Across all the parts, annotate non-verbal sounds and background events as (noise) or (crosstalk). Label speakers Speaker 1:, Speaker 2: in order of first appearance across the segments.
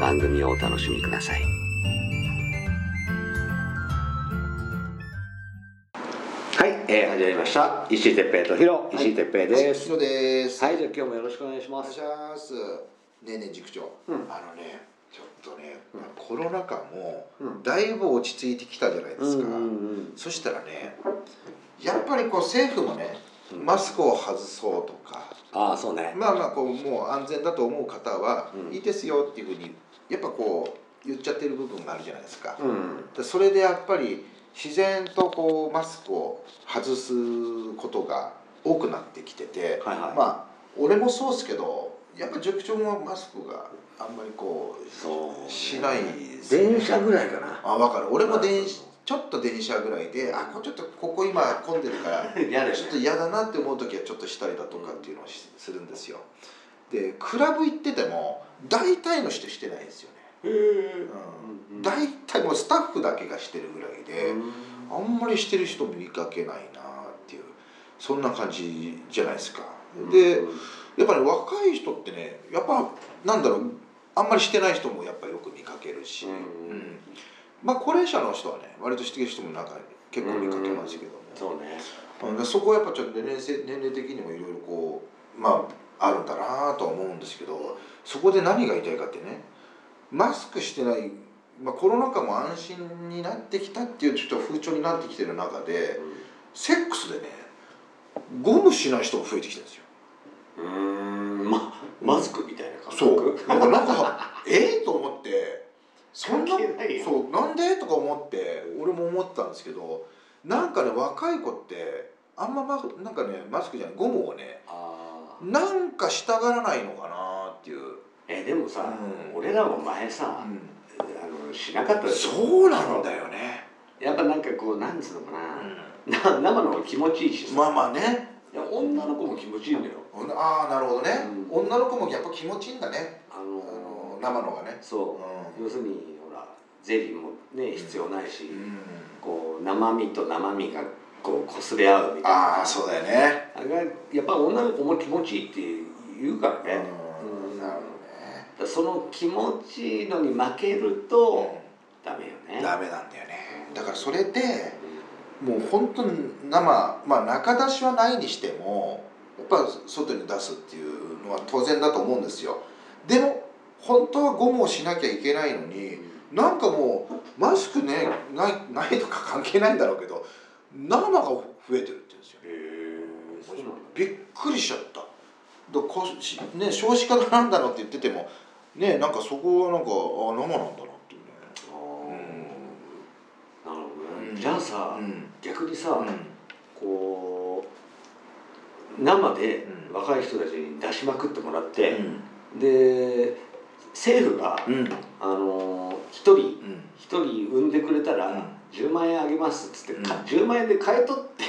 Speaker 1: 番組をお楽しみください。はい、えー、始まりました。石井哲平とヒロ、石井哲平です。
Speaker 2: ヒロです。
Speaker 1: はい、じゃあ今日もよろしくお願いし
Speaker 2: お
Speaker 1: ま
Speaker 2: 願い
Speaker 1: す
Speaker 2: し。ます。ねえねえ塾長、
Speaker 1: うん
Speaker 2: あのね、ちょっとね、
Speaker 1: うん
Speaker 2: コロナ禍も
Speaker 1: うん
Speaker 2: だいぶ落ち着いてきたじゃないで
Speaker 1: うん
Speaker 2: す
Speaker 1: う
Speaker 2: か。
Speaker 1: んうん
Speaker 2: そしたらね、やっぱりこう政府もね、
Speaker 1: うん
Speaker 2: マスクを外そうとか、
Speaker 1: ああ、そうね。
Speaker 2: まあまあこうもう安全だと思う方は、
Speaker 1: うん
Speaker 2: いいですよっていうふうにやっぱこう言っちゃってる部分があるじゃないですか。
Speaker 1: うん。
Speaker 2: でそれでやっぱり自然とこうマスクを外すことが多くなってきてて、
Speaker 1: はいはい
Speaker 2: まあ俺もそうですけどやっぱ塾長もマスクがあんまりこ
Speaker 1: そう、
Speaker 2: うしないですね
Speaker 1: 電車ぐらいか (laughs) な。
Speaker 2: あ分かる俺も電子ちょっと電車ぐらいであこちょっとここ今混んでるから
Speaker 1: 嫌だよね
Speaker 2: ちょっと嫌だなって思う時はちょっとしたりだとかっていうのをしするんですよでクラブ行ってても大体の人してないですよね
Speaker 1: へえ。
Speaker 2: うん
Speaker 1: うん
Speaker 2: 大体もうスタッフだけがしてるぐらいで、
Speaker 1: うん
Speaker 2: あんまりしてる人見かけないなっていうそんな感じじゃないですか、
Speaker 1: う
Speaker 2: で
Speaker 1: ん
Speaker 2: やっぱり若い人ってねやっぱなんだろうあんまりしてない人もやっぱよく見かけるし、
Speaker 1: うん
Speaker 2: まあ高齢者の人はね割としてる人もなんか結構見かけますけども、
Speaker 1: そうね。
Speaker 2: うんでそこはやっぱちょっと年齢せ年齢的にもいろいろこうまああるんだなとは思うんですけどそこで何が言いたいかってねマスクしてない、まあ、コロナ禍も安心になってきたっていうちょっと風潮になってきてる中でセックスでねゴムしない人も増えてきてるんですよ
Speaker 1: うん。うんまマスクみたいな感覚。
Speaker 2: そうなんかなんかえっと思ってそんな
Speaker 1: 関係ないよ
Speaker 2: そうなんでとか思って俺も思ったんですけどなんかね若い子ってあんまマスなんかねマスクじゃないゴムをね
Speaker 1: ああ。
Speaker 2: なんかしたがらないのかなっていう、
Speaker 1: えでもさ、
Speaker 2: うん
Speaker 1: 俺らも前さ、あのしなかったでしょ
Speaker 2: そうなんだよね、
Speaker 1: やっぱなんかこうなんつうのかな。な生の方が気持ちいいしさ。
Speaker 2: まあまあね
Speaker 1: いや女の子も気持ちいいんだよ。
Speaker 2: ああなるほどね、
Speaker 1: う
Speaker 2: 女の子もやっぱ気持ちいいんだね、
Speaker 1: あ
Speaker 2: あ
Speaker 1: の
Speaker 2: の生のがね
Speaker 1: そう。
Speaker 2: う
Speaker 1: 要するにほらゼリーもね必要ないし、
Speaker 2: ん、うん、
Speaker 1: こう生身と生身がこう擦れ合うみたいな
Speaker 2: ああそうだよね、
Speaker 1: あれがやっぱ女の子も気持ちいいって言うからね、
Speaker 2: うん、なる
Speaker 1: だ
Speaker 2: ほど
Speaker 1: からその気持ちいいのに負けると
Speaker 2: ね、
Speaker 1: ダメよ
Speaker 2: う
Speaker 1: ね
Speaker 2: ん、ダメなんだよねだからそれでもう本当に生まあ中出しはないにしてもやっぱ外に出すっていうのは当然だと思うんですよでも本当はゴムをしなきゃいけないのになんかもうマスクねないないとか関係ないんだろうけど生が増えてるって言うんですよ
Speaker 1: へえそうなんだ
Speaker 2: びっくりしちゃったでこし、ね、少子化だなんだのって言っててもねなんかそこはなんかあ生なんだなっていうね
Speaker 1: あーなるほどね、
Speaker 2: うん
Speaker 1: じゃあさ、
Speaker 2: うん
Speaker 1: 逆にさ、
Speaker 2: うん
Speaker 1: こう生で
Speaker 2: うん
Speaker 1: 若い人たちに出しまくってもらって、
Speaker 2: うん
Speaker 1: で政府が、
Speaker 2: うん
Speaker 1: あのー一人
Speaker 2: うん
Speaker 1: 一人産んでくれたら、
Speaker 2: うん
Speaker 1: 10万円あげますっつって、か
Speaker 2: うん
Speaker 1: 10万円で買い取って、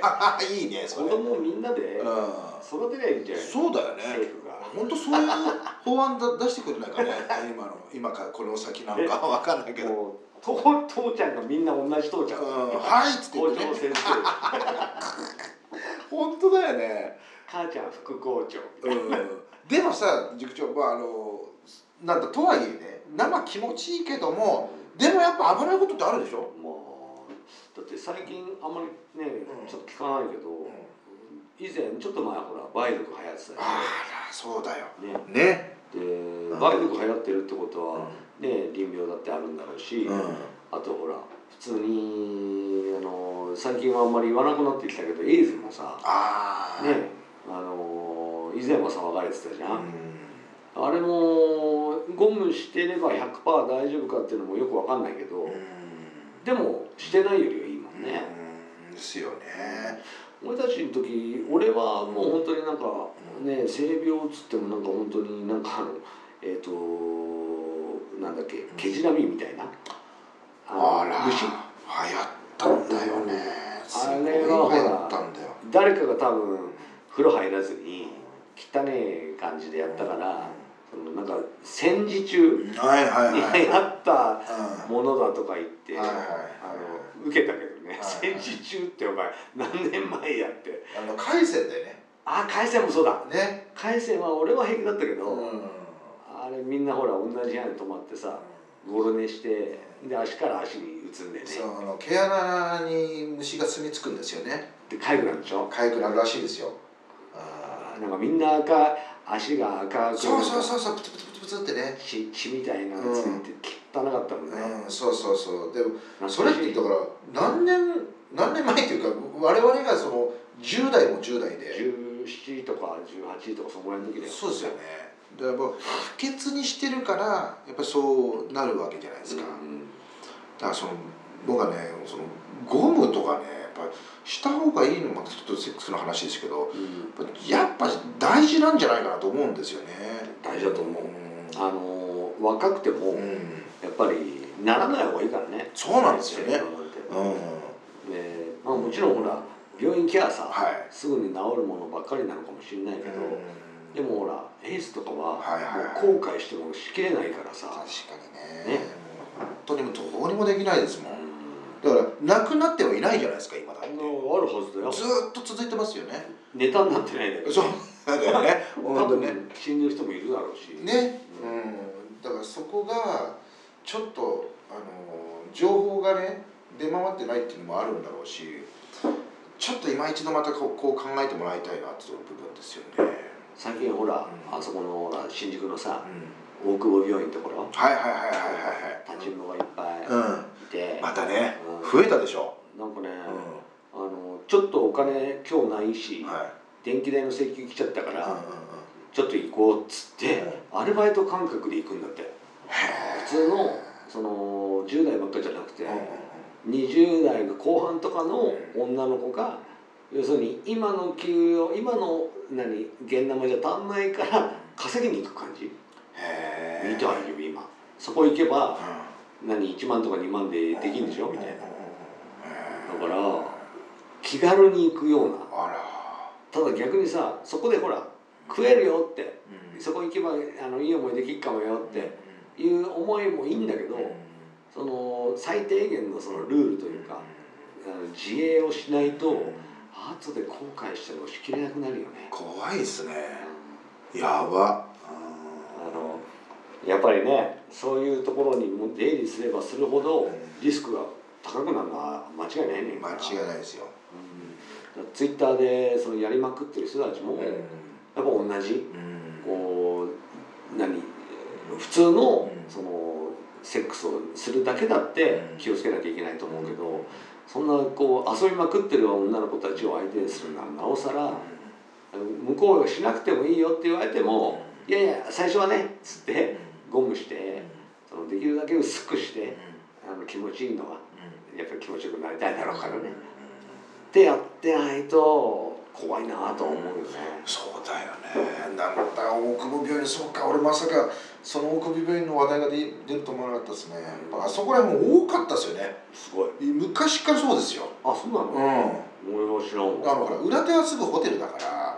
Speaker 2: あいいねそ
Speaker 1: 子
Speaker 2: れ、うん、
Speaker 1: 供をみんなで育てりゃいいんじゃない
Speaker 2: そうだよね
Speaker 1: 政府が
Speaker 2: 本当そういう法案だ出してくれないかね今の今かこの先なのかわかんないけど、うん、
Speaker 1: こうと父ちゃんがみんな同じ父ちゃん、
Speaker 2: はいっつって
Speaker 1: 校
Speaker 2: 言
Speaker 1: 長
Speaker 2: ってね
Speaker 1: 先生
Speaker 2: 本当だよね、
Speaker 1: 母ちゃん副校長 (laughs)
Speaker 2: うん、でもさ塾長まああのなんだとはいえね生気持ちいいけどもでもやっぱ危ないことってあるでしょ、
Speaker 1: もうだって最近あんまりね、
Speaker 2: うん
Speaker 1: ちょっと聞かないけど、
Speaker 2: うん、
Speaker 1: 以前ちょっと前ほら梅毒流行ってた
Speaker 2: あらそうだよ
Speaker 1: よね
Speaker 2: ね
Speaker 1: で梅毒流行ってるってことは、で臨病だってあるんだろうし、
Speaker 2: うん
Speaker 1: あとほら普通にあの最近はあんまり言わなくなってきたけどエイズもさ
Speaker 2: ああ
Speaker 1: ねあの以前は騒がれてたじゃ
Speaker 2: うん
Speaker 1: ん、あれもゴムしてれば100%大丈夫かっていうのもよくわかんないけど、
Speaker 2: う
Speaker 1: でもしてないよりはいいもん
Speaker 2: ん
Speaker 1: ね、
Speaker 2: うんですよね
Speaker 1: 俺たちの時俺はもう本当になんかね性病っつってもなんか本当になんかあのえっ、となんだっけケジラミみたいな
Speaker 2: あら
Speaker 1: 虫
Speaker 2: 流行ったんだよねすごい
Speaker 1: れはほら
Speaker 2: 流行ったんだよ
Speaker 1: 誰かが多分風呂入らずに汚ねえ感じでやったから、そのなんか戦時中
Speaker 2: はいはい
Speaker 1: に (laughs)
Speaker 2: はい
Speaker 1: 流行った
Speaker 2: うん
Speaker 1: ものだとか言って、
Speaker 2: はいは
Speaker 1: あ
Speaker 2: い
Speaker 1: の受けたけどね、
Speaker 2: はい
Speaker 1: 戦時中ってお前何年前やって
Speaker 2: あの海鮮でね
Speaker 1: あ海鮮もそうだ
Speaker 2: ね
Speaker 1: 海鮮は俺は平気だったけど、
Speaker 2: うん
Speaker 1: あれみんなほら同じ部屋に泊まってさゴロ寝してで足から足に打つんでね
Speaker 2: そうあの毛穴に虫が住み着くんですよね
Speaker 1: で痒くなるでしょ
Speaker 2: 痒くなるらしいですよあ
Speaker 1: あーなんかみんな赤足が赤くな
Speaker 2: ー
Speaker 1: る
Speaker 2: そうそうそうそうプツプツプツプツってね
Speaker 1: 血血みたいなのついて汚かったもんね、
Speaker 2: うんそうそうそうでも
Speaker 1: 懐かしい
Speaker 2: それってだから何年何年前っていうか我々がその10代も10代で
Speaker 1: 17とか18とかそこら辺の時だよ
Speaker 2: そうですよねだからもう不潔にしてるからやっぱりそうなるわけじゃないですか、
Speaker 1: うん
Speaker 2: だからその僕はねそのゴムとかねやっぱした方がいいのまあちょっとセックスの話ですけど
Speaker 1: うん
Speaker 2: やっぱ大事なんじゃないかなと思うんですよね
Speaker 1: 大事だと思うあ
Speaker 2: う
Speaker 1: のー若くても、
Speaker 2: ん、う
Speaker 1: や
Speaker 2: ん
Speaker 1: っぱりならない方がいいからね
Speaker 2: そうなんですよね
Speaker 1: う
Speaker 2: うん
Speaker 1: んでまあ、もちろんほら病院ケアさ、
Speaker 2: はい
Speaker 1: すぐに治るものばっかりなのかもしれないけど、でもほらエースとかは、
Speaker 2: はいはいはい
Speaker 1: もう後悔してもしきれないからさ、
Speaker 2: 確かにね
Speaker 1: ね
Speaker 2: 本当にもうどうにもできないですもん
Speaker 1: うん
Speaker 2: だからなくなってはいないじゃないですか今だって
Speaker 1: あのあるはずだよ
Speaker 2: ずーっと続いてますよね
Speaker 1: ネタになってないだけ
Speaker 2: そうなんだよね
Speaker 1: 多
Speaker 2: 本当
Speaker 1: 分
Speaker 2: ね
Speaker 1: 死んでる人もいるだろうし
Speaker 2: ね、うん、だからそこがちょっとあの情報がね出回ってないっていうのもあるんだろうしちょっと今一度またこうこう考えてもらいたいなっていう部分ですよね、
Speaker 1: 最近ほら、
Speaker 2: うん
Speaker 1: あそこのほら新宿の
Speaker 2: うん
Speaker 1: さ、大久保病院のところ
Speaker 2: はいはいはいはい
Speaker 1: 立ちんぼがいっぱいい
Speaker 2: はいはい
Speaker 1: て
Speaker 2: うん、またね
Speaker 1: うん
Speaker 2: 増えたでしょ、
Speaker 1: なんかね、
Speaker 2: うん
Speaker 1: あのちょっとお金今日ないし、
Speaker 2: はい
Speaker 1: 電気代の請求来ちゃったか
Speaker 2: うん
Speaker 1: ら、
Speaker 2: うんうん
Speaker 1: ちょっと行こうっつって、
Speaker 2: う
Speaker 1: アルバイト感覚で行くんだって普通のその10代ばっかりじゃなくて、
Speaker 2: うんうんうん
Speaker 1: 20代の後半とかの女の子が要するに今の給料今の何現生じゃ足んないから稼ぎに行く感じ
Speaker 2: へえ
Speaker 1: 見てはいる今そこ行けば
Speaker 2: う
Speaker 1: 何1万とか2万でできるんでしょみたいなだ
Speaker 2: な
Speaker 1: から気軽に行くような
Speaker 2: あら
Speaker 1: ただ逆にさそこでほら食えるよって
Speaker 2: うん
Speaker 1: そこ行けばあのいい思いできっかもよっていう思いもいいんだけどその最低限のそのルールというかあの自衛をしないと後で後悔してもしきれなくなるよね。
Speaker 2: 怖いですねやば
Speaker 1: あのやっぱりねそういうところにも出入りすればするほどリスクが高くなるのは間違いないね
Speaker 2: うん
Speaker 1: んか
Speaker 2: 間
Speaker 1: ら
Speaker 2: 違いないですよ
Speaker 1: うん、ツイッターでそのやりまくってる人たちも、やっぱ同じこう何普通の
Speaker 2: うん
Speaker 1: そのセックスをするだけだって
Speaker 2: うん
Speaker 1: 気をつけなきゃいけないと思うけど、そんなこう遊びまくってる女の子たちを相手にするならなおさら。あの向こうがしなくてもいいよって言われても「いやいや最初はね」っつってゴムしてそのできるだけ薄くしてあの気持ちいいのはやっぱり気持ちよくなりたいだろうからねってやってないと怖いなと思うよね
Speaker 2: そうだよねなんだ大久保病院そうか俺まさかその大久保病院の話題が出出ると思わなかったですねやっぱあそこら辺も多かったですよね
Speaker 1: すごい
Speaker 2: 昔からそうですよ
Speaker 1: あそうな
Speaker 2: う
Speaker 1: の
Speaker 2: んあ
Speaker 1: 俺は知らん
Speaker 2: の
Speaker 1: わ
Speaker 2: ほら裏手はすぐホテルだから
Speaker 1: あ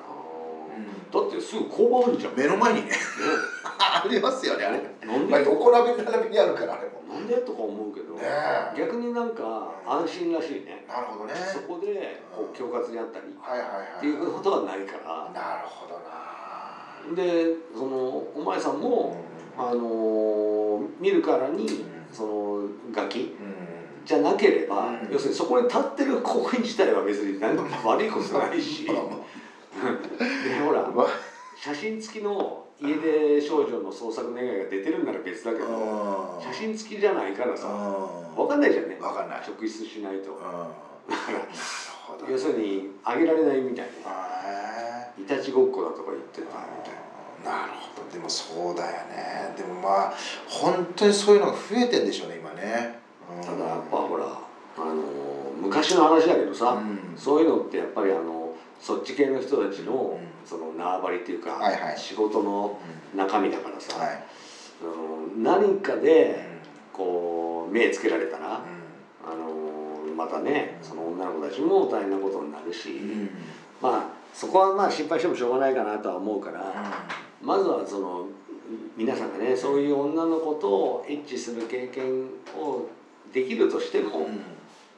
Speaker 1: ーだってすぐ工場あるじゃんね
Speaker 2: 目の前にねありますよねあれ
Speaker 1: なん
Speaker 2: まあ
Speaker 1: で
Speaker 2: 横並び並びにあるからあれも
Speaker 1: なんでとか思うけど
Speaker 2: ねえ
Speaker 1: 逆になんか安心らしいね
Speaker 2: なるほどね
Speaker 1: そこでこう恐喝にあったりっ
Speaker 2: はいはいはい
Speaker 1: ていうことはないから
Speaker 2: なるほどな
Speaker 1: でそのお前さんも、あのー見るからにそのガキ
Speaker 2: うん
Speaker 1: じゃなければ、
Speaker 2: うん
Speaker 1: 要するにそこに立ってる行為自体は別に (laughs) 何も悪いことないしでほら
Speaker 2: まあ
Speaker 1: 写真付きの家出少女の創作願いが出てるんなら別だけど
Speaker 2: うん
Speaker 1: 写真付きじゃないからさ
Speaker 2: うん
Speaker 1: 分かんないじゃんね
Speaker 2: わかんない
Speaker 1: 直筆しない
Speaker 2: うん
Speaker 1: と
Speaker 2: なるほど
Speaker 1: 要するにあげられないみたいな
Speaker 2: へ
Speaker 1: いたちごっこだとか言ってたみたいな
Speaker 2: ーなるほどでもそうだよねでもまあ本当にそういうのが増えてんでしょうね今ねうん
Speaker 1: ただやっぱほらあの昔の話だけどさ、
Speaker 2: うん
Speaker 1: そういうのってやっぱりあのそっち系の人たちの
Speaker 2: うん
Speaker 1: その縄張りっていうか、
Speaker 2: はいはい
Speaker 1: 仕事の
Speaker 2: う
Speaker 1: 中身だからさ、
Speaker 2: んはい
Speaker 1: あの何か
Speaker 2: うん
Speaker 1: でこう目つけられたら、
Speaker 2: う
Speaker 1: あのまたねその女の子たちも大変なことになるし、
Speaker 2: んうん
Speaker 1: まあそこはまあ心配してもしょうがないかなとは思うから、まずはその皆さんがねそういう女の子とエッチする経験をできるとしても、
Speaker 2: うん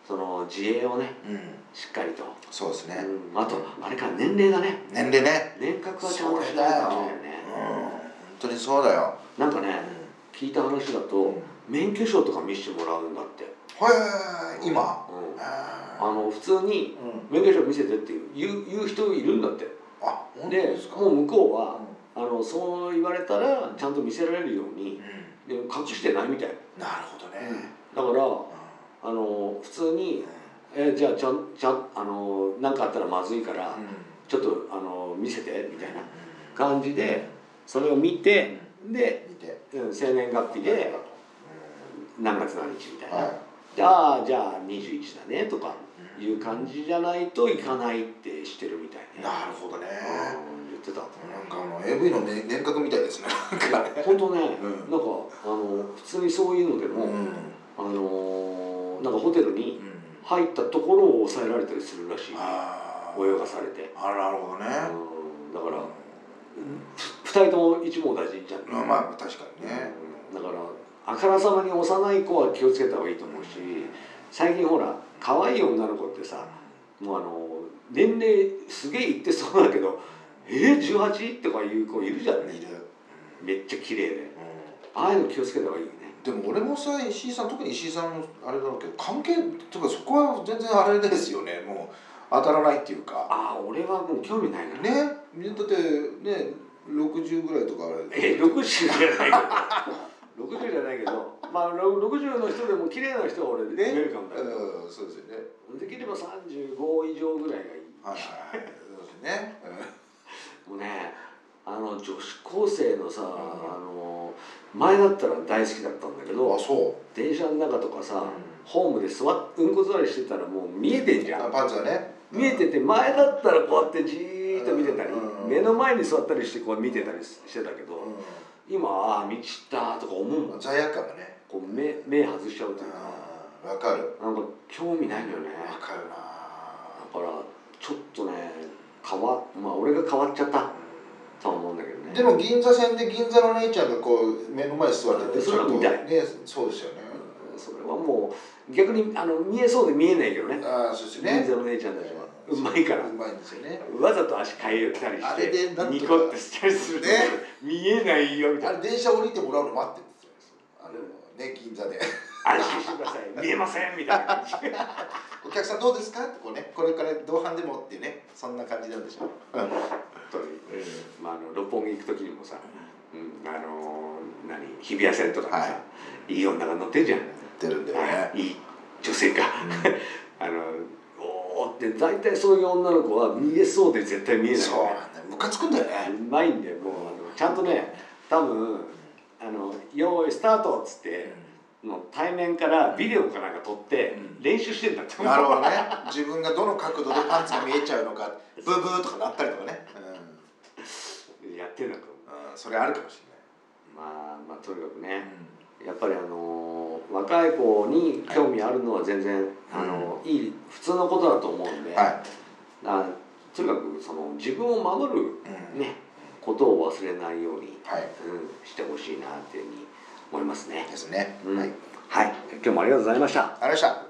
Speaker 1: その自衛をね
Speaker 2: うん
Speaker 1: しっかりと、
Speaker 2: そうですね
Speaker 1: うんあとあれか年齢だね
Speaker 2: 年齢ね
Speaker 1: 年格はちゃん
Speaker 2: そ
Speaker 1: と
Speaker 2: れ
Speaker 1: しない
Speaker 2: だ
Speaker 1: とダ
Speaker 2: よ
Speaker 1: メだよ
Speaker 2: うん
Speaker 1: ね
Speaker 2: 本当にそうだよ
Speaker 1: なんか
Speaker 2: う
Speaker 1: ね
Speaker 2: ん
Speaker 1: 聞いた話だと、免許証とか見せてもらうんだって、
Speaker 2: はい今
Speaker 1: うん
Speaker 2: あ
Speaker 1: あの普通に
Speaker 2: うん
Speaker 1: 免許証見せてっていう言う言う人いるんだって
Speaker 2: あ本当
Speaker 1: で
Speaker 2: ですか
Speaker 1: もう向こうは
Speaker 2: う
Speaker 1: あのそう言われたらちゃんと見せられるように
Speaker 2: ん
Speaker 1: で隠してないみたいだか
Speaker 2: なるほどね
Speaker 1: らあの普通に「えじゃあちゃんちゃんあのなんかあったらまずいから、
Speaker 2: うん
Speaker 1: ちょっとあの見せて」みたいな感じでそれを見てで、
Speaker 2: 見て
Speaker 1: うん、生年月日で何月何日みたいな、
Speaker 2: は
Speaker 1: でああじゃあ21だねとか
Speaker 2: い
Speaker 1: いう感じじゃないといかないってしてるみたいね
Speaker 2: なるほどね
Speaker 1: うん言ってた
Speaker 2: なんかあの AV のね年格みたいですねなんかね
Speaker 1: 本当ね、
Speaker 2: うん
Speaker 1: なんかあの普通にそういうのでも、
Speaker 2: うん
Speaker 1: あのーなんかホテルに入ったところを抑えられたりするらしい
Speaker 2: あー
Speaker 1: 泳がされて、
Speaker 2: あなるほどね
Speaker 1: うん、だから2人とも一網打尽じゃん、
Speaker 2: うんまあ確かにね
Speaker 1: だからあからさまに幼い子は気をつけた方がいいと思うし最近ほら可愛い女の子ってさもうあの年齢すげえいってそうだけど「えー、18?」とかいう子いるじゃんね
Speaker 2: いる
Speaker 1: めっちゃ綺麗で
Speaker 2: うん
Speaker 1: ああいうの気をつけた方がいいよね
Speaker 2: でも俺もさ石井さん特に石井さんもあれだろうけど関係とかそこは全然あれですよねもう当たらないっていうか
Speaker 1: ああ俺はもう興味ないな
Speaker 2: ねねだってね60ぐらいとかあれ
Speaker 1: え60じゃないけど60じゃないけどまあろ60の人でも綺麗な人は俺ウ
Speaker 2: ね
Speaker 1: ェルカムだけど
Speaker 2: うんそうですよね
Speaker 1: できれば35以上ぐらいがいい (laughs)
Speaker 2: はいはいはいそうですね
Speaker 1: もうねあの女子高生のさ、
Speaker 2: ん
Speaker 1: あの前だったら大好きだったんだけ
Speaker 2: うん
Speaker 1: ど
Speaker 2: あそ
Speaker 1: 電車の中とかさ、
Speaker 2: うん
Speaker 1: ホームで座っうんこ座りしてたらもう見えてんじ
Speaker 2: う
Speaker 1: ゃ
Speaker 2: あ
Speaker 1: ん
Speaker 2: パンツはね
Speaker 1: 見えてて前だったらこうやってじーっと見てたり、
Speaker 2: うん
Speaker 1: 目の前に座ったりしてこう見てたりしてたけど、
Speaker 2: う
Speaker 1: 今ああ見ちったとか思うもん
Speaker 2: ん罪悪感がね
Speaker 1: こう目目外しちゃうというか、
Speaker 2: うんわかる
Speaker 1: なんか興味ないのよね
Speaker 2: わかるな
Speaker 1: だからちょっとね変わまあ俺が変わっちゃったとは思うんだけどね
Speaker 2: でも銀座線で銀座の姉ちゃんがこう目の前に座ってて
Speaker 1: それは見たい
Speaker 2: ねそうですよね
Speaker 1: それはもう逆にあの見えそうで見えないけどね
Speaker 2: ああそうですよね
Speaker 1: 銀座の姉ちゃんたちはうまいから
Speaker 2: うまいんですよね
Speaker 1: わざと足変えたりし
Speaker 2: あ
Speaker 1: て
Speaker 2: れでなんとか
Speaker 1: ニコってしたりする、
Speaker 2: ね
Speaker 1: 見えないよみた
Speaker 2: あ
Speaker 1: いな
Speaker 2: れ電車降りてもらうの待ってるんですよあのね銀座で (laughs)
Speaker 1: 安心してください見えませんみたいな感じ
Speaker 2: お客さんどうですかってこうねこれから同伴でもっていうねそんな感じなんでしょう
Speaker 1: 本当にまあ、あの六本木行く時にもさ、うん、あのー何日比谷線とかにさ、、
Speaker 2: はい
Speaker 1: い女が乗ってるじゃん、
Speaker 2: 出るんだよね
Speaker 1: いい女性か、 (laughs) あのおーって大体そういう女の子は見えそうで絶対見えないよね
Speaker 2: そうなんだよムカつくんだよね
Speaker 1: うまいんだよもうあのちゃんとね多分あの「用意スタート」っつって、もう対面からビデオかなんか撮って
Speaker 2: うん
Speaker 1: 練習してんだって思う
Speaker 2: なるほどね自分がどの角度でパンツが見えちゃうのかブーブーとかなったりとかね
Speaker 1: やってんだと思う
Speaker 2: うん、うん、それあるかもし
Speaker 1: まあまあとにかく
Speaker 2: れない
Speaker 1: ねやっぱりあのー若い子に興味あるのは全然、あのいい普通のことだと思うんで、
Speaker 2: は
Speaker 1: あとにかくその自分を守る、
Speaker 2: いうん
Speaker 1: ね、ことを忘れないように、
Speaker 2: はい
Speaker 1: うん、してほしいなっていうふうに思いますね。
Speaker 2: ですね、
Speaker 1: うん
Speaker 2: はいあ
Speaker 1: はい、今日もありがとうございました。
Speaker 2: りがとうございました